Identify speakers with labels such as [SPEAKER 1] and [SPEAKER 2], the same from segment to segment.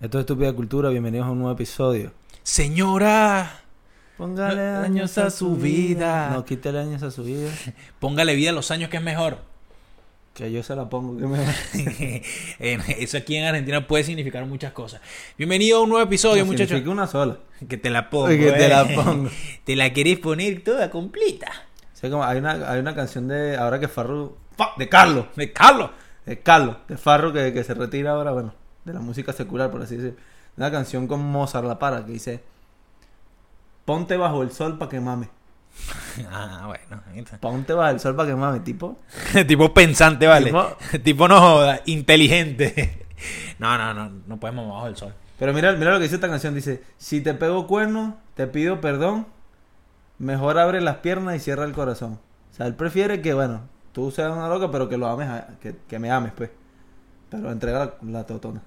[SPEAKER 1] Esto es Estúpida Cultura, bienvenidos a un nuevo episodio.
[SPEAKER 2] Señora,
[SPEAKER 1] Póngale
[SPEAKER 2] No, Eh, años a su vida.
[SPEAKER 1] No, quítale años a su vida.
[SPEAKER 2] póngale vida a los años que es mejor.
[SPEAKER 1] Que yo se la pongo. que me-
[SPEAKER 2] En- Eso aquí en Argentina puede significar muchas cosas. Bienvenido a un nuevo episodio,
[SPEAKER 1] No,
[SPEAKER 2] muchachos.
[SPEAKER 1] significa una sola.
[SPEAKER 2] Que te la pongo.
[SPEAKER 1] Que te
[SPEAKER 2] eh.
[SPEAKER 1] la pongo.
[SPEAKER 2] Te la querés poner toda completa.
[SPEAKER 1] O sea, como hay, una, hay una canción de ahora que Farru. ¡Fa! De Carlos.
[SPEAKER 2] De Carlos.
[SPEAKER 1] De Carlos. De Farru que, que se retira ahora, bueno, de la música secular, por así decirlo. Una canción con Mozart La Para que dice: Ponte bajo el sol pa' que mame.
[SPEAKER 2] Ah, bueno. ahí está.
[SPEAKER 1] Ponte bajo el sol pa' que mame, tipo.
[SPEAKER 2] tipo pensante, vale.
[SPEAKER 1] Tipo-
[SPEAKER 2] Tipo, no joda, inteligente. No, no, no, no podemos bajo el sol.
[SPEAKER 1] Pero mira, mira lo que dice esta canción, dice, si te pego cuerno, te pido perdón, mejor abre las piernas y cierra el corazón. O sea, él prefiere que, bueno, tú seas una loca, pero que lo ames, a- que, que me ames, pues. Pero entrega la, la totona.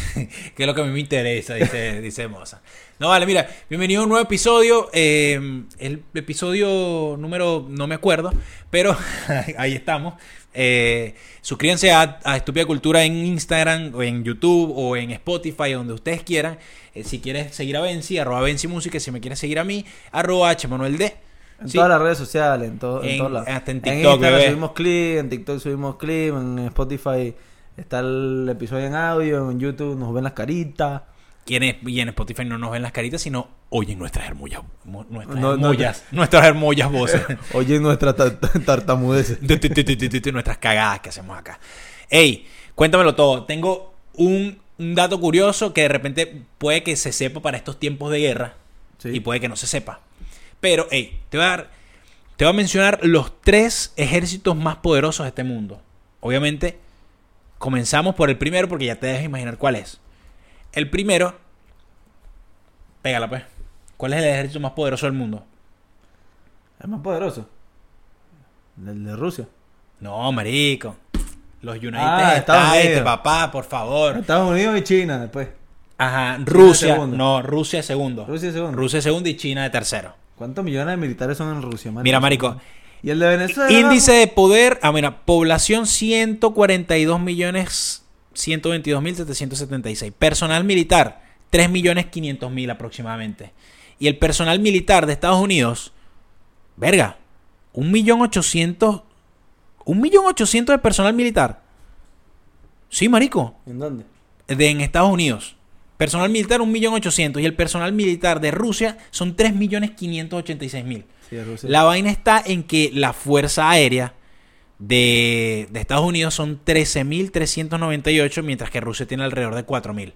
[SPEAKER 2] que es lo que a mí me interesa, dice, dice Moza. No, vale, mira, bienvenido a un nuevo episodio. eh, el episodio número, no me acuerdo, pero ahí estamos. Eh, suscríbanse a, a Estúpida Cultura en Instagram, o en YouTube, o en Spotify, donde ustedes quieran. Eh, si quieres seguir a Benzi, arroba Benzi Música. Si me quieres seguir a mí, arroba H. Manuel D.
[SPEAKER 1] En
[SPEAKER 2] Sí.
[SPEAKER 1] todas las redes sociales, en, todo, en,
[SPEAKER 2] En-
[SPEAKER 1] todos lados.
[SPEAKER 2] hasta en TikTok,
[SPEAKER 1] Instagram
[SPEAKER 2] bebé.
[SPEAKER 1] subimos clip, en TikTok subimos clip, en Spotify está el episodio en audio, en YouTube nos ven las caritas.
[SPEAKER 2] quienes y en Spotify no nos ven las caritas, sino oyen nuestras hermollas, mo- nuestras
[SPEAKER 1] No, no,
[SPEAKER 2] hermollas, nuestras hermollas voces.
[SPEAKER 1] Oye nuestra tar- tartamudez.
[SPEAKER 2] Tu, tu, tu, tu, tu, tu, tu, nuestras cagadas que hacemos acá. Ey, cuéntamelo todo. Tengo un, un dato curioso que de repente puede que se sepa para estos tiempos de guerra
[SPEAKER 1] Sí.
[SPEAKER 2] y puede que no se sepa. Pero, ey, te voy a dar- te voy a mencionar los tres ejércitos más poderosos de este mundo. Obviamente, comenzamos por el primero porque ya te dejas imaginar cuál es. El primero, pégala pues. ¿Cuál es el ejército más poderoso del mundo?
[SPEAKER 1] Es más poderoso. El de Rusia.
[SPEAKER 2] No, marico. Los United
[SPEAKER 1] Ah, Estados
[SPEAKER 2] States,
[SPEAKER 1] Unidos.
[SPEAKER 2] papá, por favor.
[SPEAKER 1] Estados Unidos y China después.
[SPEAKER 2] Ajá, Rusia.
[SPEAKER 1] segundo.
[SPEAKER 2] No, Rusia es segundo.
[SPEAKER 1] Rusia es segundo.
[SPEAKER 2] Rusia es segundo y China de tercero.
[SPEAKER 1] ¿Cuántos millones de militares son en Rusia, marico?
[SPEAKER 2] Mira, marico.
[SPEAKER 1] Y el de Venezuela.
[SPEAKER 2] Índice de poder, ah, mira, población 142 millones 122 mil 776. Personal militar, 3 millones 500 mil aproximadamente. Y el personal militar de Estados Unidos, verga, 1 millón 800, 1 millón 800 de personal militar. Sí, marico.
[SPEAKER 1] ¿En dónde?
[SPEAKER 2] de, en Estados Unidos. Personal militar 1.800.000 y el personal militar de Rusia son 3.586.000.
[SPEAKER 1] Sí, de Rusia.
[SPEAKER 2] La vaina está en que la Fuerza Aérea de, de Estados Unidos son 13.398, mientras que Rusia tiene alrededor de 4.000.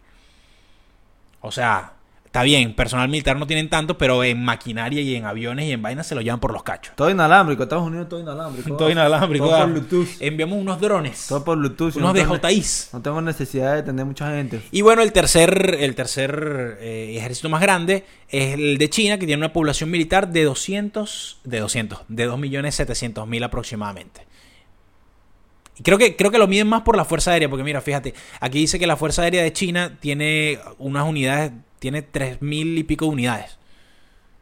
[SPEAKER 2] O sea, está bien, personal militar no tienen tanto, pero en maquinaria y en aviones y en vainas se lo llevan por los cachos.
[SPEAKER 1] Todo inalámbrico. Estados Unidos todo inalámbrico.
[SPEAKER 2] Todo inalámbrico.
[SPEAKER 1] Todo
[SPEAKER 2] ah.
[SPEAKER 1] por Bluetooth.
[SPEAKER 2] Enviamos unos drones,
[SPEAKER 1] Todo por Bluetooth.
[SPEAKER 2] unos
[SPEAKER 1] no tengo-
[SPEAKER 2] DJIs.
[SPEAKER 1] No tengo necesidad de tener mucha gente.
[SPEAKER 2] Y bueno, el tercer, el tercer eh, ejército más grande es el de China, que tiene una población militar de 200, de 200, de 2.700.000 aproximadamente. Y creo que, creo que lo miden más por la Fuerza Aérea, porque mira, fíjate, aquí dice que la Fuerza Aérea de China tiene unas unidades, tiene 3.000 y pico de unidades.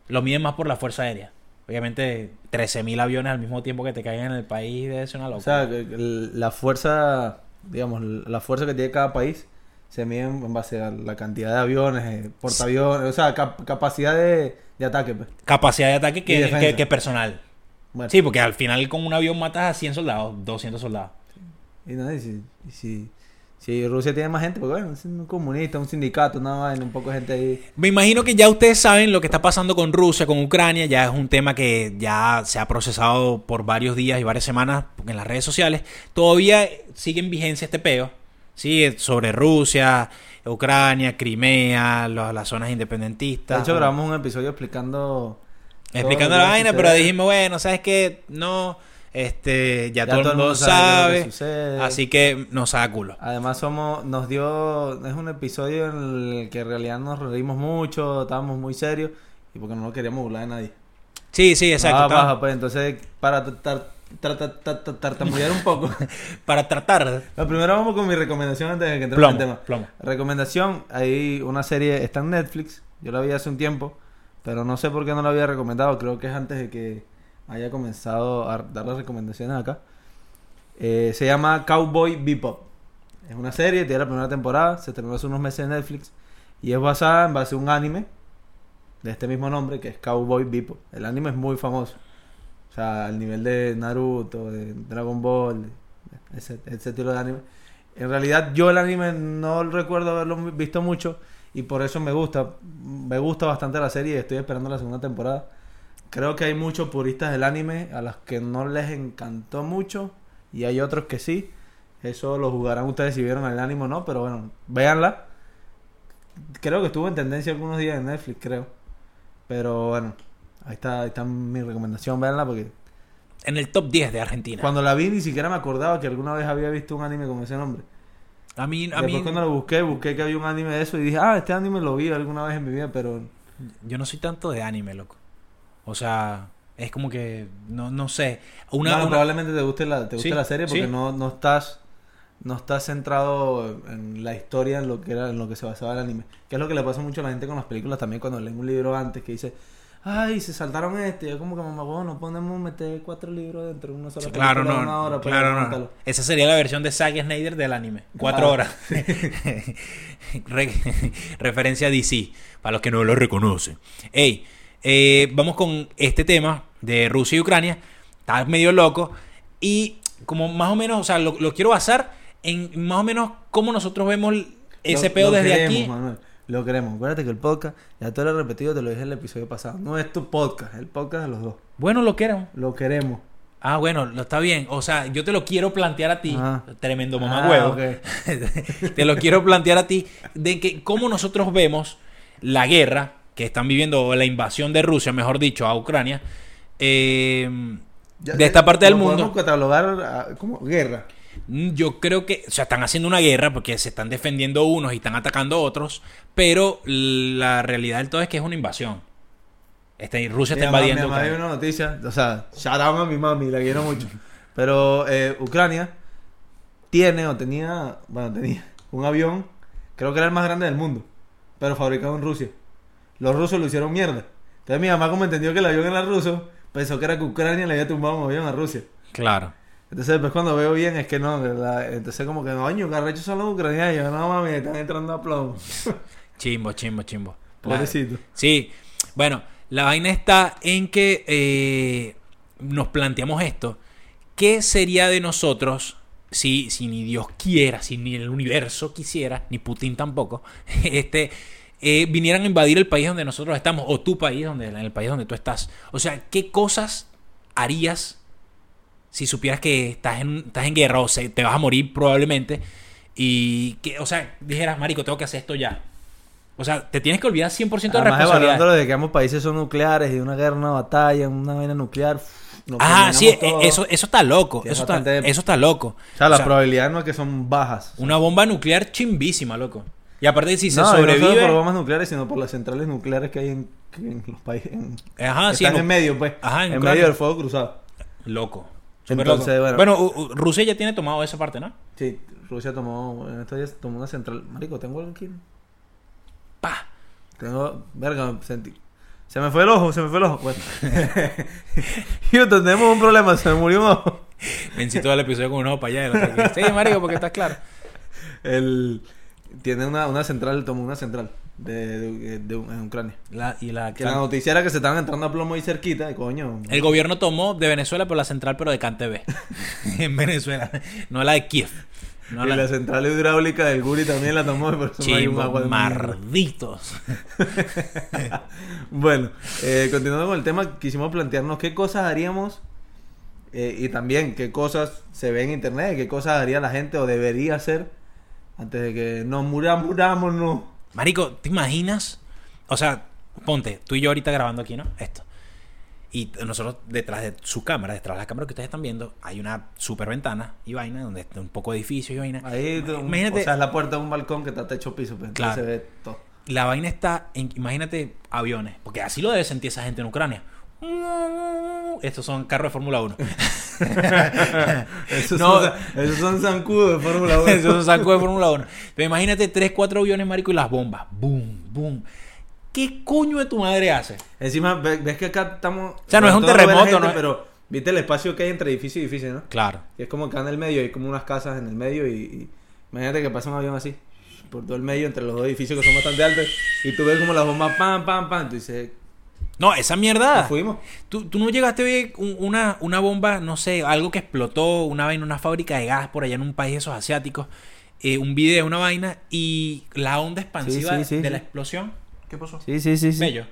[SPEAKER 2] Lo miden más por la Fuerza Aérea. Obviamente, 13.000 aviones al mismo tiempo que te caigan en el país debe ser una locura.
[SPEAKER 1] O sea, que- que la fuerza, digamos, la fuerza que tiene cada país se mide en base a la cantidad de aviones, eh, portaaviones, o sea, cap- capacidad de, de ataque. pues.
[SPEAKER 2] Capacidad de ataque
[SPEAKER 1] Y
[SPEAKER 2] que,
[SPEAKER 1] defensa.
[SPEAKER 2] que- que personal.
[SPEAKER 1] Bueno.
[SPEAKER 2] Sí, porque al final con un avión matas a 100 soldados, 200 soldados.
[SPEAKER 1] Y, no, y si, y si, si Rusia tiene más gente, pues bueno, es un comunista, un sindicato, una vaina, un poco de gente ahí.
[SPEAKER 2] Me imagino que ya ustedes saben lo que está pasando con Rusia, con Ucrania, ya es un tema que ya se ha procesado por varios días y varias semanas en las redes sociales. Todavía sigue en vigencia este peo, ¿sí? Sobre Rusia, Ucrania, Crimea, lo- las zonas independentistas.
[SPEAKER 1] De hecho, grabamos un episodio explicando.
[SPEAKER 2] Explicando
[SPEAKER 1] todo lo
[SPEAKER 2] la
[SPEAKER 1] que
[SPEAKER 2] vaina,
[SPEAKER 1] sucede.
[SPEAKER 2] pero dijimos, bueno, ¿sabes qué? No, este, ya, todo, el mundo
[SPEAKER 1] lo
[SPEAKER 2] sabe,
[SPEAKER 1] que sucede.
[SPEAKER 2] así que nos saca culo.
[SPEAKER 1] Además, somos, nos dio. Es un episodio en el que en realidad nos reímos mucho, estábamos muy serios y porque no nos queríamos burlar de nadie.
[SPEAKER 2] Sí, sí, exacto.
[SPEAKER 1] Ah,
[SPEAKER 2] estaba-
[SPEAKER 1] baja, pues entonces, para tratar tartamudear un poco.
[SPEAKER 2] Para tratar.
[SPEAKER 1] Lo primero vamos con mi recomendación antes de que entremos en el tema.
[SPEAKER 2] Plomo, plomo.
[SPEAKER 1] Recomendación, hay una serie, está en Netflix, yo la vi hace un tiempo, pero no sé por qué no la había recomendado, creo que es antes de que haya comenzado a dar las recomendaciones acá. Eh, se llama Cowboy Bebop. Es una serie, tiene la primera temporada, se terminó hace unos meses en Netflix. Y es basada en base a un anime de este mismo nombre que es Cowboy Bebop. El anime es muy famoso. O sea, al nivel de Naruto, de Dragon Ball, ese, ese estilo de anime. En realidad yo el anime no recuerdo haberlo visto mucho y por eso me gusta. Me gusta bastante la serie y estoy esperando la segunda temporada. Creo que hay muchos puristas del anime a los que no les encantó mucho y hay otros que sí. Eso lo jugarán ustedes si vieron el anime o no, pero bueno, véanla. Creo que estuvo en tendencia algunos días en Netflix, creo. Pero bueno, ahí está, ahí está mi recomendación, véanla porque...
[SPEAKER 2] En el top 10 de Argentina.
[SPEAKER 1] Cuando la vi ni siquiera me acordaba que alguna vez había visto un anime con ese nombre.
[SPEAKER 2] A mí, a
[SPEAKER 1] Después
[SPEAKER 2] mí
[SPEAKER 1] cuando lo busqué, busqué que había un anime de eso y dije, ah, este anime lo vi alguna vez en mi vida, pero...
[SPEAKER 2] yo no soy tanto de anime, loco. O sea, es como que no, no sé. Una,
[SPEAKER 1] Bueno,
[SPEAKER 2] una-
[SPEAKER 1] probablemente te guste la, te guste
[SPEAKER 2] Sí,
[SPEAKER 1] la serie porque
[SPEAKER 2] sí.
[SPEAKER 1] no, no estás... No estás centrado en la historia, en lo que era, en lo que se basaba el anime. Que es lo que le pasa mucho a la gente con las películas también cuando leen un libro antes que dice, ay, se saltaron este. Yo como que mamá, bueno, no podemos meter cuatro libros dentro de una sola
[SPEAKER 2] Sí, claro,
[SPEAKER 1] película de
[SPEAKER 2] no.
[SPEAKER 1] una hora, pero
[SPEAKER 2] claro,
[SPEAKER 1] aguántalo".
[SPEAKER 2] no. Esa sería la versión de Zack Snyder del anime. Cuatro
[SPEAKER 1] Ah.
[SPEAKER 2] horas. Re- referencia a DC, para los que no lo reconocen. Ey, eh, vamos con este tema de Rusia y Ucrania. Está medio loco. Y como más o menos, o sea, lo, lo quiero basar en más o menos cómo nosotros vemos ese
[SPEAKER 1] Lo-
[SPEAKER 2] peo
[SPEAKER 1] lo
[SPEAKER 2] desde
[SPEAKER 1] queremos,
[SPEAKER 2] aquí.
[SPEAKER 1] Manuel, lo queremos. Acuérdate que el podcast, ya te lo he repetido, te lo dije en el episodio pasado. No es tu podcast, es el podcast de los dos.
[SPEAKER 2] Bueno, lo queremos.
[SPEAKER 1] Lo queremos.
[SPEAKER 2] Ah, bueno, lo está bien. O sea, yo te lo quiero plantear a ti,
[SPEAKER 1] Ah.
[SPEAKER 2] tremendo mamá
[SPEAKER 1] Ah,
[SPEAKER 2] huevo.
[SPEAKER 1] ok.
[SPEAKER 2] te lo quiero plantear a ti de que cómo nosotros vemos la guerra que están viviendo o la invasión de Rusia, mejor dicho, a Ucrania eh,
[SPEAKER 1] Ya-
[SPEAKER 2] de esta parte del
[SPEAKER 1] lo
[SPEAKER 2] mundo. Mm,
[SPEAKER 1] Podemos catalogar ah, como guerra.
[SPEAKER 2] Yo creo que, o sea, están haciendo una guerra porque se están defendiendo unos y están atacando otros, pero la realidad del todo es que es una invasión. Está- Rusia está
[SPEAKER 1] Mi mamá- mi
[SPEAKER 2] invadiendo.
[SPEAKER 1] mamá dio
[SPEAKER 2] Ucrania.
[SPEAKER 1] una noticia, o sea, shout out a mi mami, la quiero mucho. Pero eh, Ucrania tiene o tenía, bueno, tenía un avión, creo que era el más grande del mundo, pero fabricado en Rusia. Los rusos lo hicieron mierda. Entonces mi mamá, como entendió que el avión era ruso, pensó que era que Ucrania le había tumbado un avión a Rusia.
[SPEAKER 2] Claro.
[SPEAKER 1] Entonces después cuando veo bien es que no, ¿verdad? entonces como que no, año, carrecho son los ucranianos, Y yo, no mami, están entrando a plomo.
[SPEAKER 2] Chimbo, chimbo, chimbo. La-
[SPEAKER 1] Pobrecito.
[SPEAKER 2] Sí, bueno, la vaina está en que eh, nos planteamos esto. ¿Qué sería de nosotros si, si ni Dios quiera, si ni el universo quisiera, ni Putin tampoco, este, eh, vinieran a invadir el país donde nosotros estamos, o tu país, donde, en el país donde tú estás? O sea, ¿qué cosas harías si supieras que estás en, estás en guerra o se- te vas a morir probablemente? Y que, o sea, dijeras, Marico, tengo que hacer esto ya. O sea, te tienes que olvidar 100% de
[SPEAKER 1] Además,
[SPEAKER 2] responsabilidad.
[SPEAKER 1] evaluándolo de que ambos países son nucleares y de una guerra, una batalla, una vaina nuclear. pff, nos
[SPEAKER 2] Ah,
[SPEAKER 1] condenamos
[SPEAKER 2] sí, e-
[SPEAKER 1] todos.
[SPEAKER 2] eso, eso está loco.
[SPEAKER 1] Sí, es
[SPEAKER 2] Eso está,
[SPEAKER 1] bastante-
[SPEAKER 2] eso está loco.
[SPEAKER 1] O sea, las
[SPEAKER 2] O sea,
[SPEAKER 1] probabilidades no es que son bajas.
[SPEAKER 2] una bomba nuclear chimbísima, loco. Y aparte, si se
[SPEAKER 1] no, y no solo
[SPEAKER 2] sobrevive.
[SPEAKER 1] por bombas nucleares, sino por las centrales nucleares que hay en, que en los países. en-
[SPEAKER 2] Ajá,
[SPEAKER 1] que
[SPEAKER 2] Ah, sí,
[SPEAKER 1] están
[SPEAKER 2] no-
[SPEAKER 1] en medio, pues.
[SPEAKER 2] Ajá, en
[SPEAKER 1] en
[SPEAKER 2] Ucrania.
[SPEAKER 1] medio del fuego cruzado.
[SPEAKER 2] Loco.
[SPEAKER 1] Entonces,
[SPEAKER 2] Entonces, bueno.
[SPEAKER 1] bueno.
[SPEAKER 2] u- u- Rusia ya tiene tomado esa parte, ¿no?
[SPEAKER 1] Sí, Rusia tomó, en estos días tomó una central. Marico, tengo algo aquí.
[SPEAKER 2] Pa.
[SPEAKER 1] Tengo, verga, me sentí. Se me fue el ojo, se me fue el ojo. Bueno. Houston, tenemos un problema, se me murió un ojo.
[SPEAKER 2] Vencí todo el episodio con un ojo para allá. y el otro aquí. Sí, marico, porque estás claro.
[SPEAKER 1] El, tiene una, una central, tomó una central de, de- de- en Ucrania.
[SPEAKER 2] La- y la,
[SPEAKER 1] Que la noticia era que se estaban entrando a plomo ahí cerquita, y coño.
[SPEAKER 2] El gobierno tomó de Venezuela por la central, pero de CanTV. en Venezuela. No la de Kiev. No
[SPEAKER 1] y
[SPEAKER 2] la,
[SPEAKER 1] la central hidráulica del Guri también la tomó, y por eso no hay un agua
[SPEAKER 2] Chimbo,
[SPEAKER 1] de mierda.
[SPEAKER 2] marditos.
[SPEAKER 1] Bueno, eh, continuando con el tema, quisimos plantearnos qué cosas haríamos eh, y también qué cosas se ven en internet, y qué cosas haría la gente o debería hacer antes de que nos muramos, murámonos.
[SPEAKER 2] Marico, ¿te imaginas? O sea, ponte, tú y yo ahorita grabando aquí, ¿no? Esto. Y t- nosotros detrás de su cámara, detrás de la cámara que ustedes están viendo, hay una super ventana y vaina, donde está un poco de edificio y vaina.
[SPEAKER 1] Ahí,
[SPEAKER 2] Ima-
[SPEAKER 1] tú-
[SPEAKER 2] imagínate,
[SPEAKER 1] o sea, es la puerta de un balcón que está techo piso, pues, entonces
[SPEAKER 2] Claro.
[SPEAKER 1] se ve todo.
[SPEAKER 2] la vaina está en, imagínate, aviones, porque así lo debe sentir esa gente en Ucrania. Estos son carros de Fórmula 1.
[SPEAKER 1] Esos,
[SPEAKER 2] No.
[SPEAKER 1] son, esos son zancudos de Fórmula 1.
[SPEAKER 2] Eso es saco de Fórmula 1. Pero imagínate 3, 4 aviones, marico, y las bombas. Boom, boom. ¿Qué coño de tu madre hace?
[SPEAKER 1] Encima, ve- ves que acá estamos...
[SPEAKER 2] sea, no es un
[SPEAKER 1] bueno, todo lo ve la
[SPEAKER 2] terremoto,
[SPEAKER 1] gente,
[SPEAKER 2] no es-
[SPEAKER 1] Pero, viste el espacio que hay entre edificio y edificio, ¿no?
[SPEAKER 2] Claro.
[SPEAKER 1] Y es como acá en el medio, hay como unas casas en el medio y, y- imagínate que pasa un avión así. por todo el medio entre los dos edificios que son bastante altos y tú ves como las bombas pam, pam, pam. Tú dices,
[SPEAKER 2] No, esa mierda.
[SPEAKER 1] nos fuimos.
[SPEAKER 2] ¿Tú, tú no llegaste a ver un- una, una bomba, no sé, algo que explotó, una vaina, una fábrica de gas por allá en un país de esos asiáticos, eh, un video, una vaina, y la onda expansiva
[SPEAKER 1] sí, sí,
[SPEAKER 2] de la
[SPEAKER 1] sí.
[SPEAKER 2] explosión. ¿Qué pasó?
[SPEAKER 1] Sí, sí, sí. sí.
[SPEAKER 2] Bello.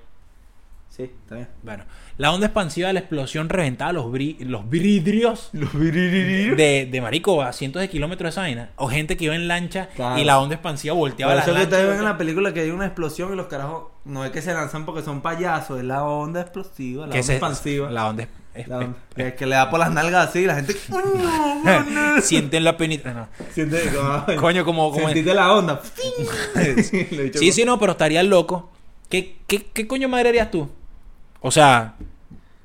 [SPEAKER 1] Sí, está bien.
[SPEAKER 2] Bueno, la onda expansiva de la explosión reventaba los, bri- los vidrios
[SPEAKER 1] Los
[SPEAKER 2] de, de marico a cientos de kilómetros de esa vaina. O gente que iba en lancha
[SPEAKER 1] Claro.
[SPEAKER 2] y la onda expansiva volteaba
[SPEAKER 1] Por
[SPEAKER 2] la
[SPEAKER 1] eso que
[SPEAKER 2] lancha.
[SPEAKER 1] ustedes ven en la película que hay una explosión y los carajos no es que se lanzan porque son payasos, es la onda explosiva, la
[SPEAKER 2] que
[SPEAKER 1] onda
[SPEAKER 2] se-
[SPEAKER 1] expansiva. La...
[SPEAKER 2] La onda... es-
[SPEAKER 1] onda- que es que le da por las nalgas así y la gente
[SPEAKER 2] Sienten la penita... no.
[SPEAKER 1] siente como,
[SPEAKER 2] Coño, como- como-
[SPEAKER 1] sentiste la onda. Le he dicho,
[SPEAKER 2] Sí, sí, no, pero estaría loco. ¿Qué, qué, qué coño madre harías tú? O sea,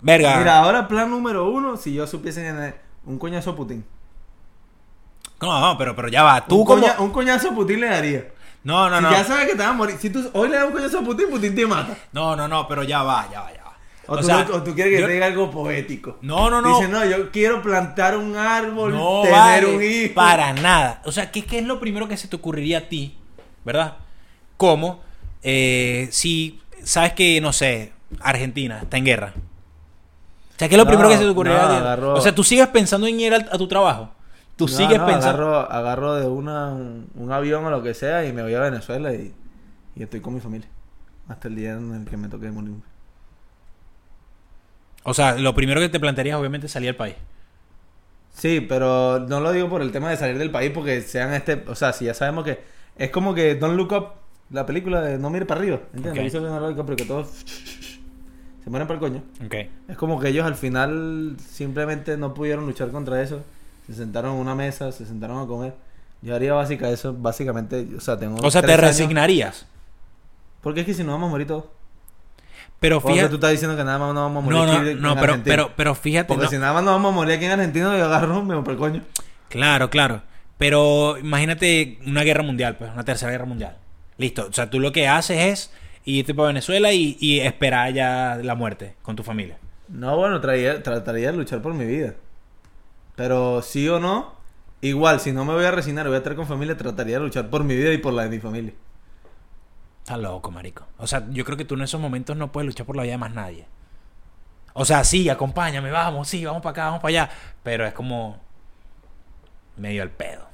[SPEAKER 2] verga.
[SPEAKER 1] Mira, ahora plan número uno, si yo supiese que ne- un coñazo a Putin.
[SPEAKER 2] No, no, pero, pero ya va. Tú
[SPEAKER 1] un,
[SPEAKER 2] como.
[SPEAKER 1] coña- un coñazo a Putin le daría.
[SPEAKER 2] No, no,
[SPEAKER 1] si
[SPEAKER 2] no.
[SPEAKER 1] ya sabes que te vas a morir, si tú hoy le das un coñazo a Putin, Putin te mata.
[SPEAKER 2] No, no, no, pero ya va, ya va, ya va.
[SPEAKER 1] O,
[SPEAKER 2] O
[SPEAKER 1] tú,
[SPEAKER 2] sea,
[SPEAKER 1] o tú quieres que
[SPEAKER 2] yo-
[SPEAKER 1] te diga algo poético.
[SPEAKER 2] No, no, no.
[SPEAKER 1] Dice, no, yo quiero plantar un árbol,
[SPEAKER 2] No
[SPEAKER 1] tener
[SPEAKER 2] vale
[SPEAKER 1] un hijo.
[SPEAKER 2] para nada. O sea, ¿qué, qué es lo primero que se te ocurriría a ti? ¿Verdad? Como eh, si sabes que, no sé, Argentina está en guerra. O sea, ¿qué es lo
[SPEAKER 1] No,
[SPEAKER 2] primero que se te ocurriría
[SPEAKER 1] no,
[SPEAKER 2] a ti?
[SPEAKER 1] agarro-
[SPEAKER 2] O sea, tú sigues pensando en ir al- a tu trabajo. Tú
[SPEAKER 1] No,
[SPEAKER 2] sigues
[SPEAKER 1] no,
[SPEAKER 2] pensando.
[SPEAKER 1] Agarro, agarro de una, un, un avión o lo que sea y me voy a Venezuela y, y estoy con mi familia. Hasta el día en el que me toque morir.
[SPEAKER 2] O sea, lo primero que te plantearías obviamente es salir al país.
[SPEAKER 1] Sí, pero no lo digo por el tema de salir del país porque sean este. O sea, si ya sabemos que. Es como que Don't Look Up, la película de No Mire para arriba. ¿Entiendes?
[SPEAKER 2] Ok.
[SPEAKER 1] Eso es Don't Look Up, porque todos. Se mueren para el coño.
[SPEAKER 2] Ok.
[SPEAKER 1] Es como que ellos al final simplemente no pudieron luchar contra eso. Se sentaron en una mesa, se sentaron a comer. Yo haría básica eso, básicamente. O sea, tengo.
[SPEAKER 2] O sea, te
[SPEAKER 1] tres años.
[SPEAKER 2] resignarías.
[SPEAKER 1] Porque es que si no vamos a morir todos.
[SPEAKER 2] Pero
[SPEAKER 1] Porque
[SPEAKER 2] fíjate.
[SPEAKER 1] tú estás diciendo que nada más no vamos a morir
[SPEAKER 2] No, no,
[SPEAKER 1] aquí en
[SPEAKER 2] no, pero,
[SPEAKER 1] Argentina.
[SPEAKER 2] pero, pero fíjate.
[SPEAKER 1] Porque
[SPEAKER 2] no.
[SPEAKER 1] si nada más no vamos a morir aquí en Argentina, yo agarro me voy por el coño.
[SPEAKER 2] Claro, claro. Pero imagínate una guerra mundial, pues, una tercera guerra mundial. Listo. O sea, tú lo que haces es irte para Venezuela y, y esperar ya la muerte con tu familia.
[SPEAKER 1] No, bueno, traía- trataría de luchar por mi vida. Pero sí o no, igual, si no me voy a resignar, voy a estar con familia, trataría de luchar por mi vida y por la de mi familia.
[SPEAKER 2] Estás loco, marico. O sea, yo creo que tú en esos momentos no puedes luchar por la vida de más nadie. O sea, sí, acompáñame, vamos, sí, vamos para acá, vamos para allá. Pero es como medio al pedo.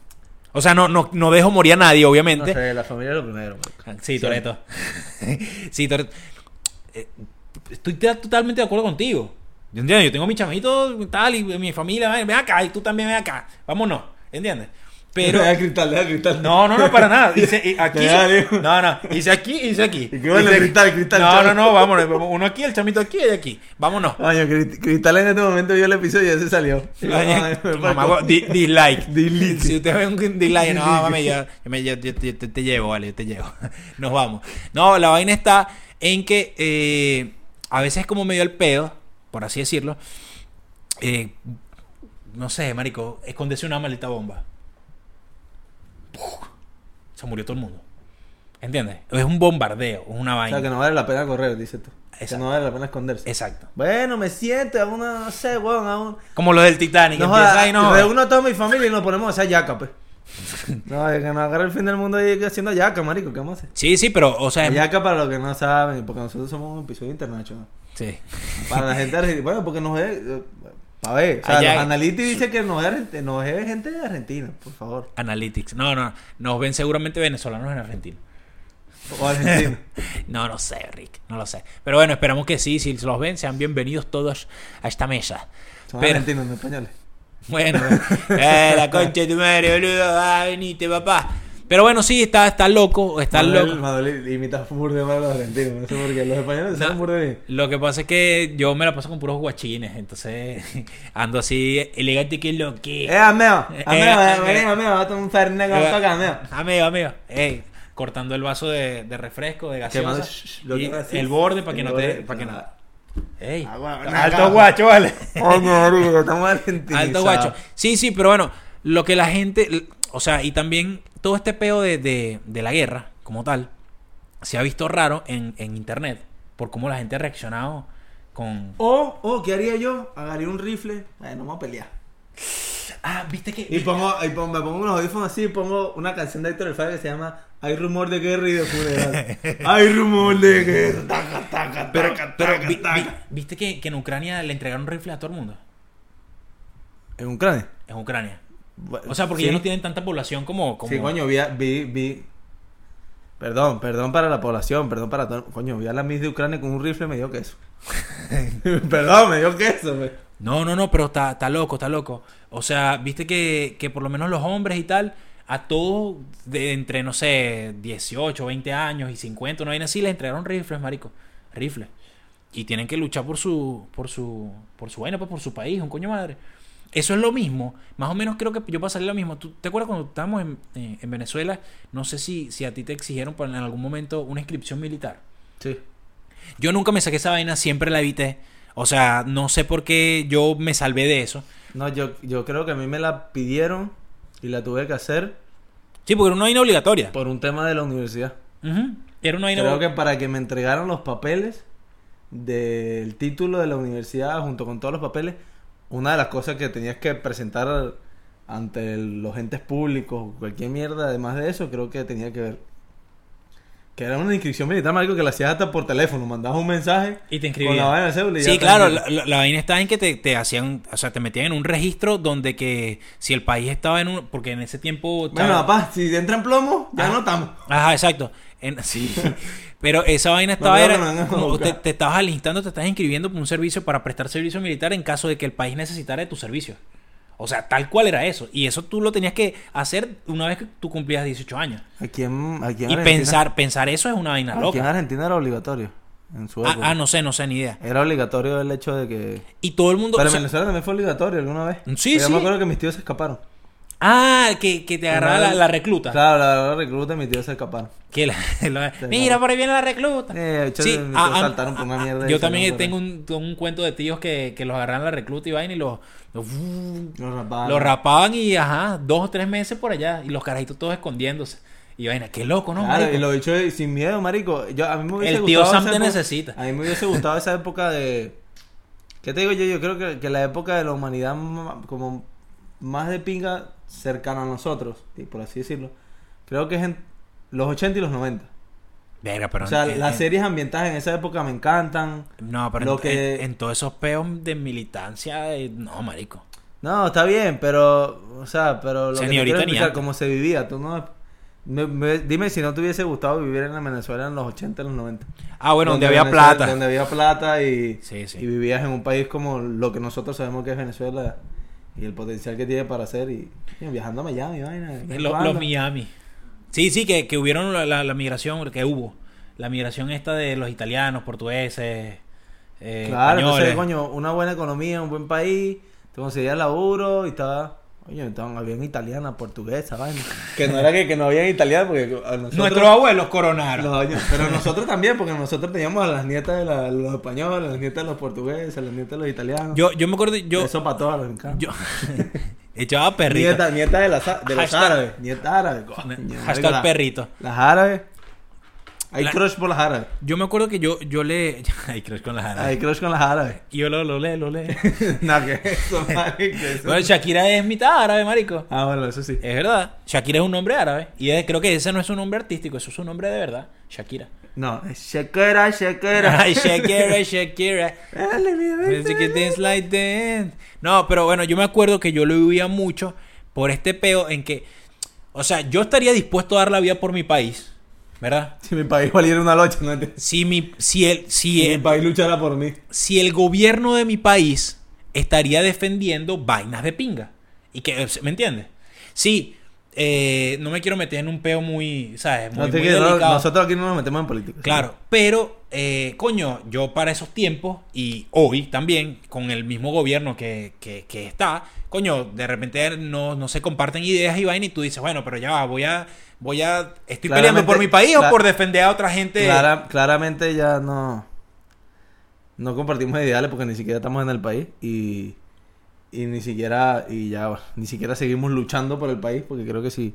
[SPEAKER 2] O sea, no, no, no dejo morir a nadie,
[SPEAKER 1] No
[SPEAKER 2] obviamente.
[SPEAKER 1] sé, la familia es lo primero. marico.
[SPEAKER 2] Sí, Toreto. sí, Toreto. Eh, estoy ta- totalmente de acuerdo contigo. Yo entiendo, yo tengo mi chamito tal y mi familia, ven ven acá y tú también ven acá. Vámonos, ¿entiendes? Pero
[SPEAKER 1] Deja el cristal, deja el cristal.
[SPEAKER 2] no, no, no, para nada. Hice y aquí.
[SPEAKER 1] Dale.
[SPEAKER 2] No, no. Hice aquí, hice aquí.
[SPEAKER 1] Y que bueno,
[SPEAKER 2] Hice-
[SPEAKER 1] cristal, cristal,
[SPEAKER 2] No,
[SPEAKER 1] chao.
[SPEAKER 2] no, no, vámonos. vamos, Uno aquí, el chamito aquí y aquí. Vámonos.
[SPEAKER 1] Coño, Cri- cristal en este momento vio el episodio y ya se salió. Ay, me voy por el
[SPEAKER 2] Mamá,
[SPEAKER 1] coño.
[SPEAKER 2] di- dislike.
[SPEAKER 1] Delete.
[SPEAKER 2] Si usted ve un dislike, no,
[SPEAKER 1] Delete.
[SPEAKER 2] mami, yo, yo me- yo- yo- yo te, te llevo, vale, yo te llevo. Nos vamos. No, la vaina está en que eh, a veces como medio al pedo, por así decirlo. eh, no sé, marico, escondese una maldita bomba. Puf, Se murió todo el mundo. ¿Entiendes? Es un bombardeo, es una
[SPEAKER 1] O
[SPEAKER 2] vaina.
[SPEAKER 1] sea, que no vale la pena correr, dice tú. Que
[SPEAKER 2] Exacto.
[SPEAKER 1] no vale la pena esconderse.
[SPEAKER 2] Exacto.
[SPEAKER 1] Bueno, me siento, a una, no sé, weón, a un...
[SPEAKER 2] Como lo del Titanic.
[SPEAKER 1] No
[SPEAKER 2] empieza
[SPEAKER 1] joda,
[SPEAKER 2] ahí, no joda.
[SPEAKER 1] reúno a toda mi familia y nos ponemos a hacer yaca, pues. No, es que nos agarra el fin del mundo ahí haciendo yaca, marico, ¿qué vamos a hacer?
[SPEAKER 2] Sí, sí, pero, o sea, es-
[SPEAKER 1] Yaca para los que no saben, porque nosotros somos un episodio internacional.
[SPEAKER 2] sí.
[SPEAKER 1] Para la gente argentina, bueno, porque nos es... eh, A ver, o sea,
[SPEAKER 2] Allá-
[SPEAKER 1] los analistas dicen que nos es, argent- nos es gente de Argentina, por favor.
[SPEAKER 2] Analytics. No, no, nos ven seguramente venezolanos en Argentina.
[SPEAKER 1] O argentino.
[SPEAKER 2] No lo sé, Rick, no lo sé. Pero bueno, esperamos que sí, si los ven, sean bienvenidos todos a esta mesa.
[SPEAKER 1] Son
[SPEAKER 2] Pero-
[SPEAKER 1] argentinos, no españoles.
[SPEAKER 2] Bueno, eh, la concha de tu madre, boludo, ah, venite, papá. Pero bueno, sí, está, está loco, está
[SPEAKER 1] Manuel-
[SPEAKER 2] loco.
[SPEAKER 1] Manuel imita burde mal a los argentinos, no sé por qué. Los españoles
[SPEAKER 2] No.
[SPEAKER 1] son burde bien.
[SPEAKER 2] Lo que pasa es que yo me la paso con puros guachines, entonces ando así elegante que lo que.
[SPEAKER 1] Eh, ameo, ameo,
[SPEAKER 2] Eh,
[SPEAKER 1] eh,
[SPEAKER 2] eh.
[SPEAKER 1] vení, ameo, date un fernet con
[SPEAKER 2] Eh,
[SPEAKER 1] coca, ameo.
[SPEAKER 2] Amigo, amigo. Ey, cortando el vaso de, de refresco, de gaseosa.
[SPEAKER 1] Quemando, shh, shh, lo
[SPEAKER 2] y
[SPEAKER 1] que haces.
[SPEAKER 2] el borde para que
[SPEAKER 1] El
[SPEAKER 2] no te...
[SPEAKER 1] borde,
[SPEAKER 2] Para que no...
[SPEAKER 1] nada.
[SPEAKER 2] Ey,
[SPEAKER 1] Ah, bueno,
[SPEAKER 2] alto
[SPEAKER 1] nada.
[SPEAKER 2] guacho, vale.
[SPEAKER 1] Coño, marico, estamos argentinizados.
[SPEAKER 2] alto guacho. Sí, sí, pero bueno, lo que la gente... O sea, y también todo este peo de, de- de la guerra, como tal, se ha visto raro en, en internet por cómo la gente ha reaccionado con...
[SPEAKER 1] O, o, ¿qué haría yo? Agarraría un rifle. Bueno, vamos a pelear.
[SPEAKER 2] Ah, viste que.
[SPEAKER 1] Y pongo, y pongo- me pongo unos audífonos así y pongo una canción de Héctor El Fabio que se llama Hay rumor de guerra y de funeral. Hay rumor de guerra. Taca, taca,
[SPEAKER 2] Pero,
[SPEAKER 1] taca,
[SPEAKER 2] pero
[SPEAKER 1] taca,
[SPEAKER 2] vi-
[SPEAKER 1] taca.
[SPEAKER 2] vi- viste que, que en Ucrania le entregaron rifles a todo el mundo.
[SPEAKER 1] ¿En Ucrania?
[SPEAKER 2] En Ucrania. O sea, porque
[SPEAKER 1] Sí.
[SPEAKER 2] ya no tienen tanta población como. como...
[SPEAKER 1] Sí, coño, vi, a- vi, vi. Perdón, perdón para la población, perdón para todo. Coño, vi a la Miss de Ucrania con un rifle y me dio queso. perdón, me dio queso. pues. me-
[SPEAKER 2] No, no, no, pero está, está loco, está loco. O sea, viste que, que por lo menos los hombres y tal, a todos de entre, no sé, 18, 20 años y 50, no hay así, les entregaron rifles, marico. Rifles. Y tienen que luchar por su, por su, por su vaina, pues, por su país, un coño madre. Eso es lo mismo. Más o menos creo que yo pasaría lo mismo. ¿Tú te acuerdas cuando estábamos en, en- en Venezuela? No sé si, si a ti te exigieron para- en algún momento una inscripción militar.
[SPEAKER 1] Sí.
[SPEAKER 2] Yo nunca me saqué esa vaina, siempre la evité. O sea, no sé por qué yo me salvé de eso.
[SPEAKER 1] No, yo, yo creo que a mí me la pidieron y la tuve que hacer
[SPEAKER 2] Sí, porque era una vaina obligatoria.
[SPEAKER 1] por un tema de la universidad.
[SPEAKER 2] Ujú. Era una vaina
[SPEAKER 1] Creo que para que me entregaran los papeles del título de la universidad junto con todos los papeles, una de las cosas que tenías que presentar ante el- los entes públicos, cualquier mierda, además de eso, creo que tenía que ver. Que era una inscripción militar, marico, que la hacías hasta por teléfono, mandabas un mensaje
[SPEAKER 2] Y te
[SPEAKER 1] con la vaina
[SPEAKER 2] inscribían.
[SPEAKER 1] del cédula y
[SPEAKER 2] Sí,
[SPEAKER 1] ya
[SPEAKER 2] claro,
[SPEAKER 1] te-
[SPEAKER 2] la, la- la vaina está en que te, te hacían, o sea, te metían en un registro donde que si el país estaba en un, porque en ese tiempo...
[SPEAKER 1] Bueno,
[SPEAKER 2] estaba-
[SPEAKER 1] papá, si entra en plomo, ya
[SPEAKER 2] Ah.
[SPEAKER 1] no estamos.
[SPEAKER 2] Ajá, exacto. En- sí. Pero esa
[SPEAKER 1] No
[SPEAKER 2] vaina estaba...
[SPEAKER 1] me
[SPEAKER 2] era-
[SPEAKER 1] van a
[SPEAKER 2] no, te,
[SPEAKER 1] buscar.
[SPEAKER 2] te estabas alistando, te estabas inscribiendo por un servicio para prestar servicio militar en caso de que el país necesitara de tu servicio. O sea, tal cual era eso. Y eso tú lo tenías que hacer una vez que tú cumplías 18 años.
[SPEAKER 1] Aquí en, aquí en
[SPEAKER 2] Y
[SPEAKER 1] Argentina-
[SPEAKER 2] pensar, pensar eso es una vaina
[SPEAKER 1] Aquí en
[SPEAKER 2] loca.
[SPEAKER 1] Argentina era obligatorio. En su
[SPEAKER 2] Ah,
[SPEAKER 1] época.
[SPEAKER 2] ah, no sé, no sé ni idea.
[SPEAKER 1] Era obligatorio el hecho de que
[SPEAKER 2] Y todo el mundo...
[SPEAKER 1] Pero
[SPEAKER 2] o sea-
[SPEAKER 1] en
[SPEAKER 2] Mm,
[SPEAKER 1] Venezuela también fue obligatorio alguna vez.
[SPEAKER 2] Sí,
[SPEAKER 1] Yo
[SPEAKER 2] sí.
[SPEAKER 1] me acuerdo que mis tíos se escaparon.
[SPEAKER 2] Ah, que, que te agarraba
[SPEAKER 1] Una
[SPEAKER 2] la,
[SPEAKER 1] vez-
[SPEAKER 2] la recluta.
[SPEAKER 1] Claro, la, la recluta y mis tíos se escaparon.
[SPEAKER 2] Que la- la-
[SPEAKER 1] Sí,
[SPEAKER 2] mira,
[SPEAKER 1] claro.
[SPEAKER 2] por ahí viene la recluta. ah,
[SPEAKER 1] Eh, yo- mis tíos saltaron por una mierda y
[SPEAKER 2] yo
[SPEAKER 1] se
[SPEAKER 2] también
[SPEAKER 1] fueron
[SPEAKER 2] tengo un, un cuento de tíos que, que los agarran la recluta y vaina y los, los,
[SPEAKER 1] Los raparon.
[SPEAKER 2] los rapaban y ajá, dos o tres meses por allá. Y los carajitos todos escondiéndose. Y vaina, qué loco, ¿no?
[SPEAKER 1] Claro,
[SPEAKER 2] marico?
[SPEAKER 1] y lo dicho sin miedo, marico. Yo, a mí me hubiese
[SPEAKER 2] El tío
[SPEAKER 1] gustado
[SPEAKER 2] Sam
[SPEAKER 1] esa
[SPEAKER 2] te
[SPEAKER 1] época-
[SPEAKER 2] necesita.
[SPEAKER 1] A mí me hubiese gustado esa época de... ¿Qué te digo yo? Yo creo que, que la época de la humanidad ma- como más de pinga cercana a nosotros, y por así decirlo, creo que es en los 80 y los 90.
[SPEAKER 2] Verga, pero
[SPEAKER 1] O sea,
[SPEAKER 2] en-
[SPEAKER 1] las
[SPEAKER 2] en-
[SPEAKER 1] series ambientadas en esa época me encantan.
[SPEAKER 2] No, pero
[SPEAKER 1] lo
[SPEAKER 2] en,
[SPEAKER 1] que-
[SPEAKER 2] en- en todos esos peos de militancia, eh, no, marico.
[SPEAKER 1] No, está bien, pero, o sea, pero lo
[SPEAKER 2] O sea,
[SPEAKER 1] que
[SPEAKER 2] ni
[SPEAKER 1] te quiero
[SPEAKER 2] ahorita ni
[SPEAKER 1] explicar,
[SPEAKER 2] antes.
[SPEAKER 1] cómo se vivía, tú no... me- me- dime si no te hubiese gustado vivir en la Venezuela en los 80, en los 90.
[SPEAKER 2] Ah, bueno, donde, había
[SPEAKER 1] Venezuela-
[SPEAKER 2] plata.
[SPEAKER 1] Donde había plata y,
[SPEAKER 2] Sí, sí.
[SPEAKER 1] y vivías en un país como lo que nosotros sabemos que es Venezuela y el potencial que tiene para hacer y, coño, viajando a Miami, vaina. de vez en
[SPEAKER 2] Lo- Los,
[SPEAKER 1] cuando.
[SPEAKER 2] Miami. Sí, sí, que, que hubieron la, la- la migración, que hubo. La migración esta de los italianos, portugueses, eh,
[SPEAKER 1] Claro, entonces,
[SPEAKER 2] españoles.
[SPEAKER 1] coño, una buena economía, un buen país, te conseguías laburo y estaba... Coño, estaban, habían italiana, portuguesa, vaina. Que no era que, que no habían italiana porque a nosotros...
[SPEAKER 2] Nuestros abuelos coronaron.
[SPEAKER 1] Los años. Pero nosotros también, porque nosotros teníamos a las nietas de la- los españoles, a las nietas de los portugueses, a las nietas de los italianos.
[SPEAKER 2] Yo, yo me acuerdo, yo,
[SPEAKER 1] Eso para todos los encantos.
[SPEAKER 2] yo echaba perrito.
[SPEAKER 1] Nieta, nieta de, las a- de los
[SPEAKER 2] Hashtag-
[SPEAKER 1] árabes. Nieta árabe. coño, marico,
[SPEAKER 2] Hashtag
[SPEAKER 1] la-
[SPEAKER 2] perrito.
[SPEAKER 1] Las árabes. Hay
[SPEAKER 2] La-
[SPEAKER 1] crush por las árabes.
[SPEAKER 2] Yo me acuerdo que yo, yo le... Ay, crush con las aras.
[SPEAKER 1] Hay crush con las árabes.
[SPEAKER 2] Y yo lo, lo le, lo le.
[SPEAKER 1] no, que eso, marico, eso.
[SPEAKER 2] bueno, Shakira es mitad árabe, marico.
[SPEAKER 1] Ah, bueno, eso sí.
[SPEAKER 2] Es verdad. Shakira es un nombre árabe. Y es- creo que ese no es un nombre artístico, eso es un nombre de verdad. Shakira.
[SPEAKER 1] No, es Shakira, Shakira.
[SPEAKER 2] Ay, Shakira, Shakira.
[SPEAKER 1] Dale, mi bebé.
[SPEAKER 2] Parece que dance like that. No, pero bueno, yo me acuerdo que yo lo vivía mucho por este peo en que, o sea, yo estaría dispuesto a dar la vida por mi país, ¿verdad?
[SPEAKER 1] Si mi país valiera una locha, no entiendes.
[SPEAKER 2] Si mi, si el, si
[SPEAKER 1] Si mi
[SPEAKER 2] el,
[SPEAKER 1] país luchara por mí.
[SPEAKER 2] si el gobierno de mi país estaría defendiendo vainas de pinga. Y que, ¿me entiendes? Sí, eh, no me quiero meter en un peo muy, ¿sabes? Muy,
[SPEAKER 1] No te
[SPEAKER 2] muy
[SPEAKER 1] quiero-
[SPEAKER 2] delicado.
[SPEAKER 1] nosotros aquí no nos metemos en política.
[SPEAKER 2] Claro, pero, eh, coño, yo para esos tiempos y hoy también, con el mismo gobierno que, que- que está, coño, de repente no, no se comparten ideas y vaina y tú dices, bueno, pero ya va, voy a, voy a, estoy peleando
[SPEAKER 1] Claramente,
[SPEAKER 2] por mi país o
[SPEAKER 1] cla-
[SPEAKER 2] por defender a otra gente.
[SPEAKER 1] Este- Clara- claramente ya no. No compartimos ideales porque ni siquiera estamos en el país y. Y ni siquiera. Y ya, bueno, ni siquiera seguimos luchando por el país porque creo que si.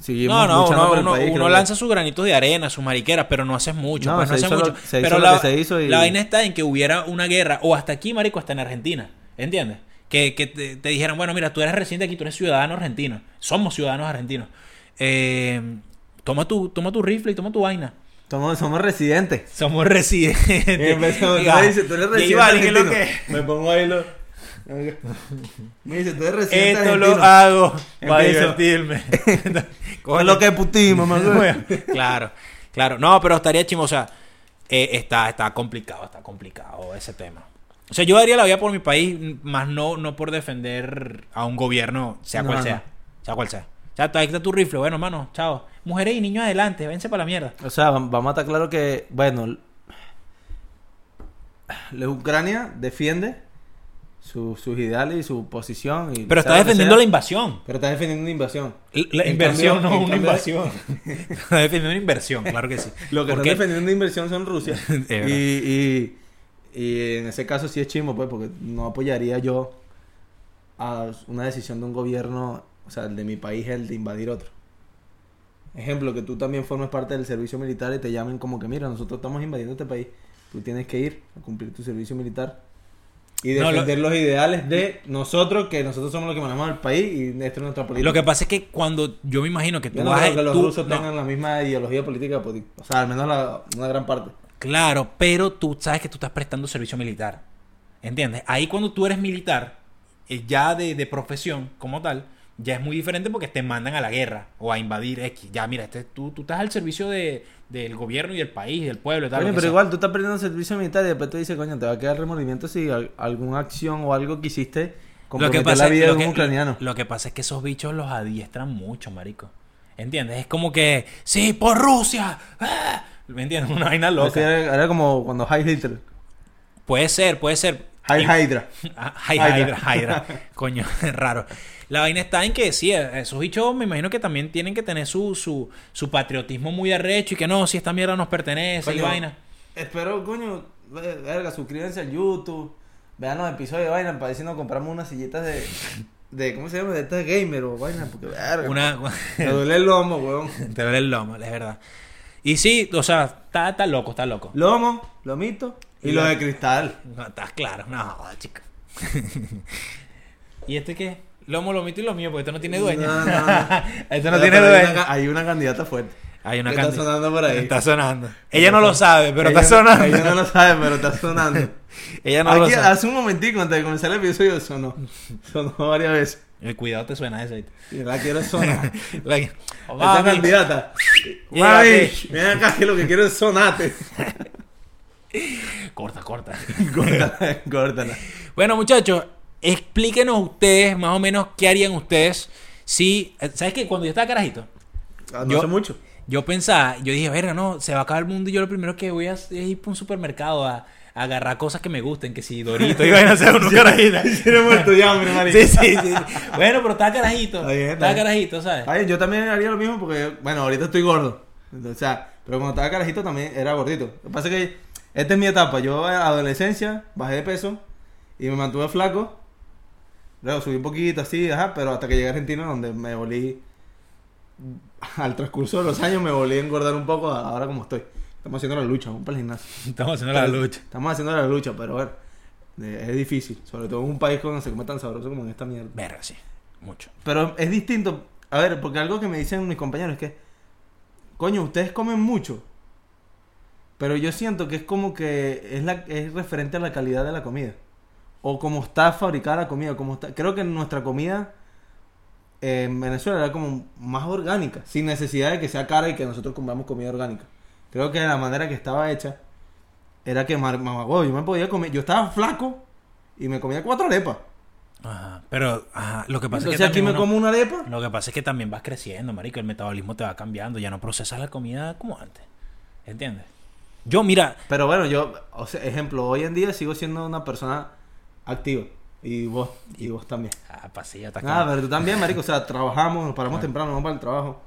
[SPEAKER 1] Seguimos
[SPEAKER 2] no, no,
[SPEAKER 1] luchando
[SPEAKER 2] uno,
[SPEAKER 1] por el
[SPEAKER 2] uno-
[SPEAKER 1] país.
[SPEAKER 2] uno
[SPEAKER 1] creo que-
[SPEAKER 2] lanza sus granitos de arena, sus mariqueras, pero no haces mucho,
[SPEAKER 1] No,
[SPEAKER 2] pues, no
[SPEAKER 1] se
[SPEAKER 2] haces
[SPEAKER 1] hizo lo-
[SPEAKER 2] mucho.
[SPEAKER 1] se hizo
[SPEAKER 2] pero
[SPEAKER 1] lo
[SPEAKER 2] la,
[SPEAKER 1] que se hizo y-
[SPEAKER 2] la vaina está en que hubiera una guerra, o hasta aquí, marico, hasta en Argentina, ¿entiendes? Que, que te, te dijeron, bueno, mira, tú eres residente aquí, tú eres ciudadano argentino. Somos ciudadanos argentinos. Eh, toma, tu, toma tu rifle y toma tu vaina.
[SPEAKER 1] Somos, somos residentes.
[SPEAKER 2] Somos residentes.
[SPEAKER 1] Y empezó,
[SPEAKER 2] Diga,
[SPEAKER 1] me dice, tú eres
[SPEAKER 2] y
[SPEAKER 1] residente
[SPEAKER 2] vale, ¿qué es lo
[SPEAKER 1] argentino.
[SPEAKER 2] que-
[SPEAKER 1] Me pongo ahí lo... Me dice, tú eres residente
[SPEAKER 2] Esto lo
[SPEAKER 1] argentino.
[SPEAKER 2] hago para
[SPEAKER 1] Empiezo.
[SPEAKER 2] divertirme.
[SPEAKER 1] Con lo que putimos, mamá.
[SPEAKER 2] Bueno, claro, claro. No, pero estaría chimo, o sea, eh, está, está complicado, está complicado ese tema. O sea, yo daría la vida por mi país, más no, no por defender a un gobierno, sea
[SPEAKER 1] No,
[SPEAKER 2] cual
[SPEAKER 1] no.
[SPEAKER 2] sea. Sea cual sea. O sea, ahí está tu rifle, bueno, mano, chao. Mujeres y niños adelante, vence para la mierda.
[SPEAKER 1] O sea, vam- vamos a estar claro que, bueno, la Ucrania defiende su- sus ideales y su posición. y
[SPEAKER 2] Pero está
[SPEAKER 1] sea lo que
[SPEAKER 2] defendiendo
[SPEAKER 1] sea,
[SPEAKER 2] la invasión.
[SPEAKER 1] Pero está defendiendo una invasión.
[SPEAKER 2] La
[SPEAKER 1] En
[SPEAKER 2] inversión,
[SPEAKER 1] cambio-
[SPEAKER 2] no
[SPEAKER 1] en
[SPEAKER 2] una
[SPEAKER 1] cambio-
[SPEAKER 2] invasión. Está defendiendo una inversión, claro que sí.
[SPEAKER 1] Lo que
[SPEAKER 2] ¿Por
[SPEAKER 1] están
[SPEAKER 2] qué?
[SPEAKER 1] defendiendo de inversión son Rusia.
[SPEAKER 2] Es verdad.
[SPEAKER 1] y, y, y en ese caso sí es chimo, pues, porque no apoyaría yo a una decisión de un gobierno, o sea, el de mi país, el de invadir otro. Ejemplo, que tú también formes parte del servicio militar y te llamen como que, mira, nosotros estamos invadiendo este país. Tú tienes que ir a cumplir tu servicio militar y
[SPEAKER 2] No, lo-
[SPEAKER 1] defender los ideales de nosotros, que nosotros somos los que manejamos el país y esto es nuestra política.
[SPEAKER 2] Lo que pasa es que cuando yo me imagino que tú
[SPEAKER 1] Yo no
[SPEAKER 2] vas a-
[SPEAKER 1] creo que los
[SPEAKER 2] tú-
[SPEAKER 1] rusos
[SPEAKER 2] no,
[SPEAKER 1] tengan la misma ideología política, pues, o sea, al menos la- una gran parte.
[SPEAKER 2] Claro, pero tú sabes que tú estás prestando servicio militar. ¿Entiendes? Ahí cuando tú eres militar, eh, ya de, de profesión como tal, ya es muy diferente porque te mandan a la guerra o a invadir X. Ya, mira, este, tú, tú estás al servicio de, del gobierno y del país, del pueblo y tal.
[SPEAKER 1] Coño,
[SPEAKER 2] lo que
[SPEAKER 1] pero
[SPEAKER 2] sea.
[SPEAKER 1] igual tú estás perdiendo servicio militar y después te dice, coño, te va a quedar remordimiento si al- alguna acción o algo que hiciste
[SPEAKER 2] Lo que
[SPEAKER 1] comprometió
[SPEAKER 2] pasa
[SPEAKER 1] la
[SPEAKER 2] es-
[SPEAKER 1] vida
[SPEAKER 2] lo
[SPEAKER 1] de
[SPEAKER 2] que-
[SPEAKER 1] un ucraniano.
[SPEAKER 2] Lo que pasa es que esos bichos los adiestran mucho, marico. ¿Entiendes? Es como que, sí, por Rusia. ¡Ah! ¿Me entiendes? Una vaina
[SPEAKER 1] Así
[SPEAKER 2] loca.
[SPEAKER 1] Era, era como cuando High Hitler,
[SPEAKER 2] Puede ser, puede ser.
[SPEAKER 1] High
[SPEAKER 2] Y-
[SPEAKER 1] Hydra.
[SPEAKER 2] Ah, Hy-
[SPEAKER 1] Hydra.
[SPEAKER 2] Hydra, Hydra. Coño, es raro. La vaina está en que sí, esos bichos me imagino que también tienen que tener su, su, su patriotismo muy arrecho y que no, si esta mierda nos pertenece y
[SPEAKER 1] Coño,
[SPEAKER 2] vaina.
[SPEAKER 1] Espero, coño, ve- verga, suscríbanse al YouTube, vean los episodios de vaina para ver si nos compramos unas sillitas de, de ¿cómo se llama? De estas gamer o vaina, porque verga.
[SPEAKER 2] Una,
[SPEAKER 1] Me duele el lomo, weón.
[SPEAKER 2] te duele el lomo, es verdad. Y sí, o sea, está, está loco, está loco.
[SPEAKER 1] Lomo, lomito y,
[SPEAKER 2] Y
[SPEAKER 1] lo
[SPEAKER 2] la-
[SPEAKER 1] de cristal.
[SPEAKER 2] No, estás claro, no, chica. ¿Y este qué? Lomo, lomito y lo mío, porque esto no tiene dueño.
[SPEAKER 1] No, no, no.
[SPEAKER 2] esto no
[SPEAKER 1] Pero-
[SPEAKER 2] tiene
[SPEAKER 1] pero hay
[SPEAKER 2] dueño.
[SPEAKER 1] una ca- Hay una candidata fuerte.
[SPEAKER 2] Hay una
[SPEAKER 1] que está
[SPEAKER 2] candi-
[SPEAKER 1] sonando por ahí.
[SPEAKER 2] Está sonando. Ella no lo sabe, pero
[SPEAKER 1] Ella
[SPEAKER 2] está
[SPEAKER 1] no-
[SPEAKER 2] sonando.
[SPEAKER 1] Ella no lo sabe, pero está sonando.
[SPEAKER 2] Ella no lo
[SPEAKER 1] Aquí,
[SPEAKER 2] sabe.
[SPEAKER 1] Hace un momentico antes de comenzar el episodio sonó. Sonó varias veces.
[SPEAKER 2] El cuidado te suena eso. ¿viste?
[SPEAKER 1] Y la quiero sonar.
[SPEAKER 2] La-
[SPEAKER 1] Esta
[SPEAKER 2] Mami,
[SPEAKER 1] candidata. Mami,
[SPEAKER 2] Llévate.
[SPEAKER 1] ven acá que lo que quiero es sonate.
[SPEAKER 2] Corta, corta.
[SPEAKER 1] Córtala, córtala.
[SPEAKER 2] bueno, muchachos, explíquenos ustedes más o menos qué harían ustedes si. eh, ¿Sabes qué? Cuando yo estaba carajito,
[SPEAKER 1] Ah, No
[SPEAKER 2] Yo-
[SPEAKER 1] sé mucho.
[SPEAKER 2] yo pensaba, yo dije, verga, no, se va a acabar el mundo y yo lo primero que voy a hacer es ir para un supermercado a, a agarrar cosas que me gusten, que si Dorito y vayan a hacer unos carajitos.
[SPEAKER 1] Si no he muerto de hambre, marica.
[SPEAKER 2] Sí, sí, sí. Bueno, pero estaba carajito.
[SPEAKER 1] Está bien, está
[SPEAKER 2] estaba
[SPEAKER 1] bien.
[SPEAKER 2] carajito, ¿sabes?
[SPEAKER 1] Ay, yo también haría lo mismo porque, bueno, ahorita estoy gordo. O sea, pero cuando estaba carajito también era gordito. Lo que pasa es que esta es mi etapa. Yo en adolescencia bajé de peso y me mantuve flaco. Luego subí un poquito así, ajá, pero hasta que llegué a Argentina donde me volví, al transcurso de los años me volví a engordar un poco a- ahora como estoy. Estamos haciendo la lucha, vamos para el gimnasio.
[SPEAKER 2] Estamos haciendo la lucha.
[SPEAKER 1] Estamos haciendo la lucha, pero bueno, eh, es difícil. Sobre todo en un país donde se come tan sabroso como en esta mierda.
[SPEAKER 2] Verga, sí. Mucho.
[SPEAKER 1] Pero es distinto. A ver, porque algo que me dicen mis compañeros es que, coño, ustedes comen mucho. Pero yo siento que es como que es, la, es referente a la calidad de la comida. O como está fabricada la comida. Como está, creo que nuestra comida eh, en Venezuela era como más orgánica. Sin necesidad de que sea cara y que nosotros comamos comida orgánica. Creo que la manera que estaba hecha era que, mar- mamagüey, yo me podía comer. Yo estaba flaco y me comía cuatro arepas.
[SPEAKER 2] Ajá. Pero, ajá, lo que pasa es
[SPEAKER 1] Entonces
[SPEAKER 2] que.
[SPEAKER 1] aquí
[SPEAKER 2] también
[SPEAKER 1] me
[SPEAKER 2] uno-
[SPEAKER 1] como una arepa.
[SPEAKER 2] Lo que pasa es que también vas creciendo, marico. El metabolismo te va cambiando. Ya no procesas la comida como antes. ¿Entiendes? Yo, mira,
[SPEAKER 1] Pero bueno, yo, o sea, ejemplo, hoy en día sigo siendo una persona activa. Y vos, y vos también.
[SPEAKER 2] ah, pasillo, está
[SPEAKER 1] Nada,
[SPEAKER 2] acá.
[SPEAKER 1] pero tú también, marico. O sea, trabajamos, nos paramos temprano, vamos para el trabajo.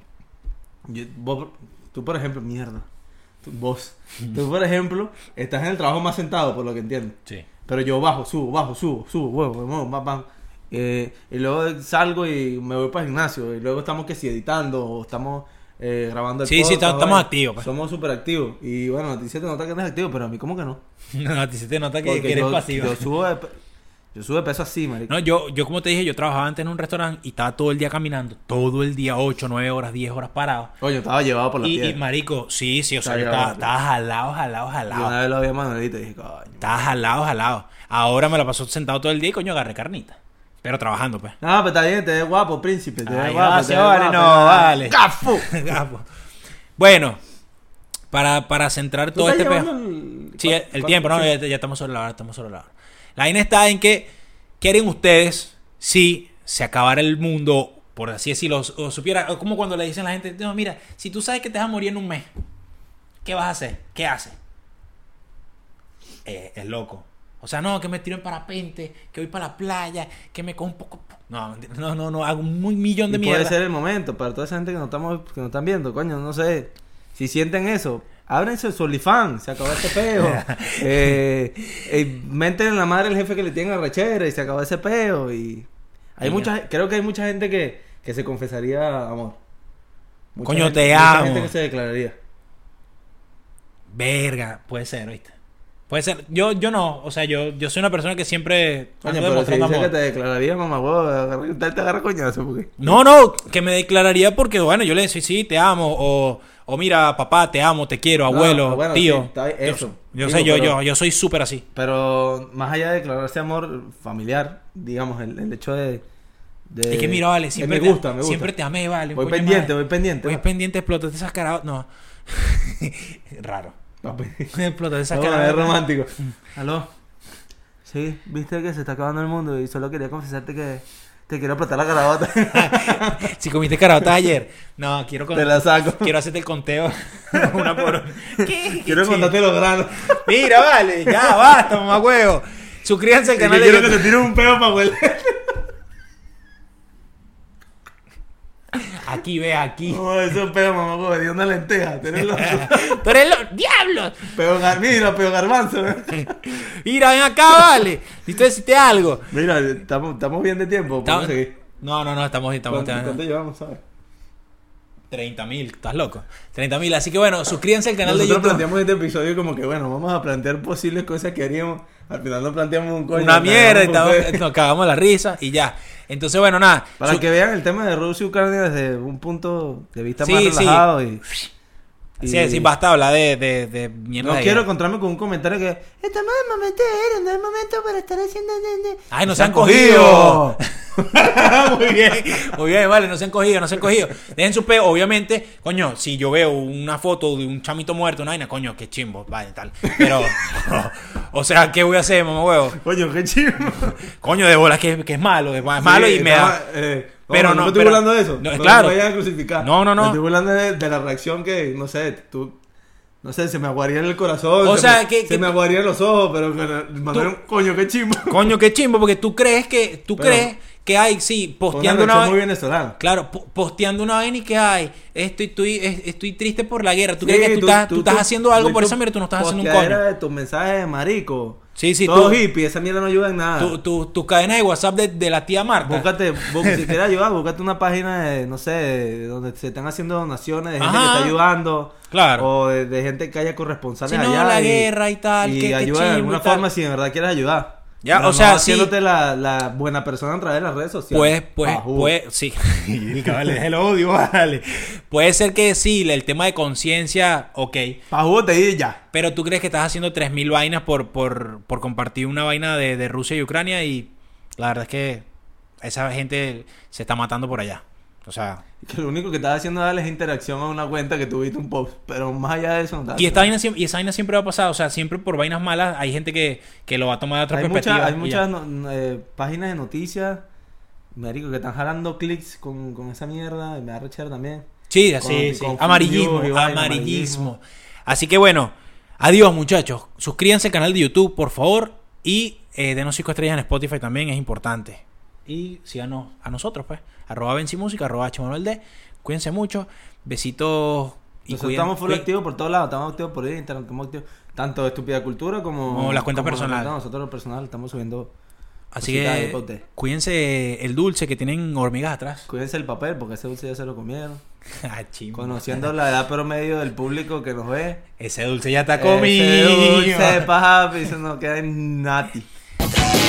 [SPEAKER 1] Yo- vos, tú, por ejemplo, mierda. Tú- vos. Tú, por ejemplo, estás en el trabajo más sentado, por lo que entiendo.
[SPEAKER 2] Sí.
[SPEAKER 1] Pero yo bajo, subo, bajo, subo, subo, huevo, huevo, bam, bam. Eh, y luego salgo y me voy para el gimnasio. Y luego estamos que si editando o estamos eh, grabando el
[SPEAKER 2] Sí, sí, estamos- estamos
[SPEAKER 1] vaina.
[SPEAKER 2] activos, pues.
[SPEAKER 1] Somos súper activos. Y bueno, a ti se te nota que eres activo, pero a mí como que no.
[SPEAKER 2] No, a ti se te nota que,
[SPEAKER 1] Porque
[SPEAKER 2] que eres
[SPEAKER 1] yo,
[SPEAKER 2] pasivo.
[SPEAKER 1] yo subo de pe- Yo sube peso así, marico.
[SPEAKER 2] No, yo, yo como te dije, yo trabajaba antes en un restaurante y estaba todo el día caminando, todo el día, 8, 9 horas, 10 horas parado.
[SPEAKER 1] Coño, estaba llevado por la
[SPEAKER 2] Y, y,
[SPEAKER 1] piedra.
[SPEAKER 2] marico, sí, sí, o sea,
[SPEAKER 1] Está
[SPEAKER 2] yo
[SPEAKER 1] grabado,
[SPEAKER 2] estaba, estaba jalado, jalado,
[SPEAKER 1] Yo una
[SPEAKER 2] jalado.
[SPEAKER 1] vez lo vi a Manuelito y dije, coño.
[SPEAKER 2] Estaba jalado, jalado. Ahora me la pasó sentado todo el día y coño, agarré carnita. Pero trabajando, pues.
[SPEAKER 1] No, pero está bien, te ves guapo, príncipe. Te ves
[SPEAKER 2] Ay,
[SPEAKER 1] guapo. te
[SPEAKER 2] gracias,
[SPEAKER 1] ves
[SPEAKER 2] vale,
[SPEAKER 1] guapo,
[SPEAKER 2] no,
[SPEAKER 1] te ves-
[SPEAKER 2] vale.
[SPEAKER 1] ¡Cafu!
[SPEAKER 2] Gapo. Ah, pues. bueno, para, para centrar
[SPEAKER 1] ¿Tú
[SPEAKER 2] todo
[SPEAKER 1] estás
[SPEAKER 2] este peo.
[SPEAKER 1] llevando el-
[SPEAKER 2] Sí, el, el
[SPEAKER 1] cuánto-
[SPEAKER 2] tiempo, ¿no?
[SPEAKER 1] sí?
[SPEAKER 2] Ya, ya estamos sobre la hora, estamos sobre la hora. La vaina está en que, ¿qué harían ustedes si se acabara el mundo, por así decirlo, o- o supiera, o como cuando le dicen a la gente, no, mira, si tú sabes que te vas a morir en un mes, ¿qué vas a hacer? ¿Qué haces? Eh, es loco. O sea, no, que me tiro en parapente, que voy para la playa, que me cojo un poco... No, no, no, no, hago un muy millón de
[SPEAKER 1] Y puede
[SPEAKER 2] mierda.
[SPEAKER 1] ser el momento para toda esa gente que no estamos que no están viendo, coño, no sé. Si sienten eso, ábrense su OnlyFans, se acabó ese peo. eh, eh, meten en la madre el jefe que le tienen arrechera y se acabó ese peo y hay
[SPEAKER 2] Coño.
[SPEAKER 1] mucha creo que hay mucha gente que, que se confesaría amor.
[SPEAKER 2] Coño,
[SPEAKER 1] gente-
[SPEAKER 2] te
[SPEAKER 1] mucha
[SPEAKER 2] amo.
[SPEAKER 1] gente que se declararía.
[SPEAKER 2] Verga, puede ser, ¿viste? Puede ser. Yo, yo no, o sea, yo, yo soy una persona que siempre
[SPEAKER 1] Coño,
[SPEAKER 2] ando
[SPEAKER 1] pero si
[SPEAKER 2] demostrando
[SPEAKER 1] dice que
[SPEAKER 2] amor.
[SPEAKER 1] te declararía, mamá, huevo, te te agarra coñazo porque
[SPEAKER 2] No, no, que me declararía porque, bueno, yo le decía, sí, te amo, o, o mira, papá, te amo, te quiero,
[SPEAKER 1] No,
[SPEAKER 2] abuelo,
[SPEAKER 1] bueno, sí,
[SPEAKER 2] tío.
[SPEAKER 1] está bien,
[SPEAKER 2] Yo-
[SPEAKER 1] eso.
[SPEAKER 2] Yo,
[SPEAKER 1] Digo,
[SPEAKER 2] sé, yo,
[SPEAKER 1] pero-
[SPEAKER 2] yo, yo soy súper así.
[SPEAKER 1] Pero más allá de declararse amor familiar, digamos, el, el hecho de, de-
[SPEAKER 2] es que mira, vale,
[SPEAKER 1] que
[SPEAKER 2] siempre,
[SPEAKER 1] Eh, me gusta,
[SPEAKER 2] te,
[SPEAKER 1] me gusta.
[SPEAKER 2] siempre te amé, vale.
[SPEAKER 1] Voy
[SPEAKER 2] coño
[SPEAKER 1] pendiente,
[SPEAKER 2] madre.
[SPEAKER 1] voy pendiente,
[SPEAKER 2] Voy
[SPEAKER 1] va.
[SPEAKER 2] pendiente, explotaste esas caras. No. Raro.
[SPEAKER 1] Papi.
[SPEAKER 2] Explotaste esas
[SPEAKER 1] No, bueno,
[SPEAKER 2] caras.
[SPEAKER 1] es romántico. Aló. Sí, viste que se está acabando el mundo y solo quería confesarte que te quiero apretar la carabota.
[SPEAKER 2] Si comiste caraotas ayer. No, quiero Ah, con-
[SPEAKER 1] te la saco.
[SPEAKER 2] Quiero hacerte el conteo. una por ¿Qué? ¿Qué
[SPEAKER 1] Quiero
[SPEAKER 2] chiste?
[SPEAKER 1] contarte los granos.
[SPEAKER 2] Mira, vale, ya basta, mamá huevo. Suscríbanse al
[SPEAKER 1] Que
[SPEAKER 2] canal de
[SPEAKER 1] quiero que
[SPEAKER 2] YouTube.
[SPEAKER 1] te tire un peo para huele.
[SPEAKER 2] Aquí, ve, aquí.
[SPEAKER 1] No, esos peos, Oh, mamá, como de una lenteja. Tenés los
[SPEAKER 2] Tú eres los diablos.
[SPEAKER 1] peo gar... Mira, peo garbanzo.
[SPEAKER 2] Mira, ven acá, vale. Necesito decirte algo.
[SPEAKER 1] Mira, estamos, estamos bien de tiempo.
[SPEAKER 2] Estamos-
[SPEAKER 1] Podemos seguir.
[SPEAKER 2] No, no, no, estamos bien, estamos
[SPEAKER 1] ¿Cuánto, cuánto
[SPEAKER 2] bien.
[SPEAKER 1] llevamos, sabes?
[SPEAKER 2] 30 mil, estás loco. 30 mil, así que bueno, suscríbanse al canal
[SPEAKER 1] Nosotros
[SPEAKER 2] de YouTube.
[SPEAKER 1] planteamos este episodio como que, bueno, vamos a plantear posibles cosas que haríamos. Al final no planteamos un coño.
[SPEAKER 2] Una mierda,
[SPEAKER 1] cagamos
[SPEAKER 2] estamos-
[SPEAKER 1] por
[SPEAKER 2] nos cagamos la risa y ya. Entonces, bueno, nada.
[SPEAKER 1] Para
[SPEAKER 2] su-
[SPEAKER 1] que vean el tema de Rusia y Ucrania desde un punto de vista
[SPEAKER 2] Sí,
[SPEAKER 1] más
[SPEAKER 2] sí.
[SPEAKER 1] relajado. Y,
[SPEAKER 2] Sí, sí, basta hablar de, de, de mierda.
[SPEAKER 1] No
[SPEAKER 2] de
[SPEAKER 1] quiero
[SPEAKER 2] guerra.
[SPEAKER 1] encontrarme con un comentario que estamos en el momento de no es momento para estar haciendo. de- de-".
[SPEAKER 2] ¡Ay, no se han cogido! muy bien, muy bien, vale, no se han cogido, no se han cogido. Dejen su peo, obviamente, coño, si yo veo una foto de un chamito muerto, una vaina, coño, qué chimbo, vale, tal. Pero, o sea, ¿qué voy a hacer, mamá huevo?
[SPEAKER 1] Coño, qué chido.
[SPEAKER 2] Coño, de bolas que, que es malo, es malo y me da. pero
[SPEAKER 1] pero no,
[SPEAKER 2] eh, no,
[SPEAKER 1] me estoy
[SPEAKER 2] pero-
[SPEAKER 1] burlando de eso.
[SPEAKER 2] no, claro.
[SPEAKER 1] me vayan a crucificar.
[SPEAKER 2] No, no, no.
[SPEAKER 1] Me estoy burlando de, de la reacción que, no sé, tú. No sé, se me aguaría en el corazón.
[SPEAKER 2] O
[SPEAKER 1] se
[SPEAKER 2] sea,
[SPEAKER 1] me,
[SPEAKER 2] que-
[SPEAKER 1] Se
[SPEAKER 2] que-
[SPEAKER 1] me aguarían los ojos, pero. pero mandar un coño, qué chimbo.
[SPEAKER 2] Coño, qué chimbo, porque tú crees que, tú
[SPEAKER 1] Pero-
[SPEAKER 2] crees que hay, sí,
[SPEAKER 1] Una
[SPEAKER 2] posteando una,
[SPEAKER 1] reacción muy
[SPEAKER 2] vaina.
[SPEAKER 1] venezolana.
[SPEAKER 2] Claro, po- posteando una vaina y que hay, estoy, estoy, es- estoy triste por la guerra. ¿Tú
[SPEAKER 1] Sí,
[SPEAKER 2] crees que tú, estás, tú estás haciendo algo por
[SPEAKER 1] tú-
[SPEAKER 2] esa mierda? Tú no estás haciendo un
[SPEAKER 1] posteadera
[SPEAKER 2] coño.
[SPEAKER 1] de tus mensajes de marico.
[SPEAKER 2] Sí, sí,
[SPEAKER 1] Todo
[SPEAKER 2] tú-
[SPEAKER 1] hippie, esa mierda no ayuda en nada.
[SPEAKER 2] Tu- tu- Tus cadenas de WhatsApp de, de la tía Marta.
[SPEAKER 1] Búscate, bú- si quieres ayudar, búscate una página de, no sé, de donde se están haciendo donaciones de gente
[SPEAKER 2] Ajá.
[SPEAKER 1] que está ayudando.
[SPEAKER 2] Claro.
[SPEAKER 1] O de, de gente que haya corresponsales
[SPEAKER 2] Si no,
[SPEAKER 1] allá.
[SPEAKER 2] la guerra y tal,
[SPEAKER 1] Y
[SPEAKER 2] que- que
[SPEAKER 1] ayuda de
[SPEAKER 2] chimbo y
[SPEAKER 1] alguna
[SPEAKER 2] tal.
[SPEAKER 1] forma si de verdad quieres ayudar.
[SPEAKER 2] Ya,
[SPEAKER 1] Pero
[SPEAKER 2] o
[SPEAKER 1] no
[SPEAKER 2] sea, sí.
[SPEAKER 1] haciéndote la, la buena persona a través de las redes sociales.
[SPEAKER 2] Pues, pues,
[SPEAKER 1] Ajú.
[SPEAKER 2] pues, sí. el el odio, vale. Puede ser que sí, el tema de conciencia, ok.
[SPEAKER 1] Pajú, te di ya.
[SPEAKER 2] Pero tú crees que estás haciendo 3.000 vainas por, por, por compartir una vaina de, de Rusia y Ucrania y la verdad es que esa gente se está matando por allá. O sea,
[SPEAKER 1] Que lo único que estás haciendo es darles interacción a una cuenta que tuviste un post. Pero más allá de eso, no estás
[SPEAKER 2] y, esta vaina, siem- y esa vaina siempre va a pasar. O sea, siempre por vainas malas hay gente que, que lo va a tomar de otra
[SPEAKER 1] hay
[SPEAKER 2] perspectiva.
[SPEAKER 1] muchas, hay
[SPEAKER 2] y ya.
[SPEAKER 1] muchas no- no, eh, páginas de noticias, marico, que están jalando clics con, con esa mierda. y Me da rechera también.
[SPEAKER 2] Sí,
[SPEAKER 1] Con-
[SPEAKER 2] sí, sí.
[SPEAKER 1] con
[SPEAKER 2] Amarillismo,
[SPEAKER 1] Furio y vaina,
[SPEAKER 2] amarillismo. Así que bueno, adiós muchachos. Suscríbanse al canal de YouTube, por favor. Y eh, denos 5 estrellas en Spotify también, es importante. Y síganos a nosotros, pues. Arroba Benzi Música, arroba H. Manuel D. Cuídense mucho. Besitos. Y
[SPEAKER 1] Nosotros
[SPEAKER 2] cuiden-
[SPEAKER 1] estamos full
[SPEAKER 2] cuiden-
[SPEAKER 1] activos por todos lados. Estamos activos por Instagram, estamos activos tanto de Estúpida Cultura como...
[SPEAKER 2] Como las cuentas personales.
[SPEAKER 1] cuentas Nosotros lo personal estamos subiendo...
[SPEAKER 2] Así
[SPEAKER 1] cositas ahí pa'
[SPEAKER 2] que
[SPEAKER 1] usted.
[SPEAKER 2] cuídense el dulce que tienen hormigas atrás.
[SPEAKER 1] Cuídense el papel porque ese dulce ya se lo comieron.
[SPEAKER 2] ah, chimbo.
[SPEAKER 1] Conociendo la edad promedio del público que nos ve.
[SPEAKER 2] Ese dulce ya está
[SPEAKER 1] ese
[SPEAKER 2] comido.
[SPEAKER 1] dulce, papi, eso no queda en nati.
[SPEAKER 3] Thank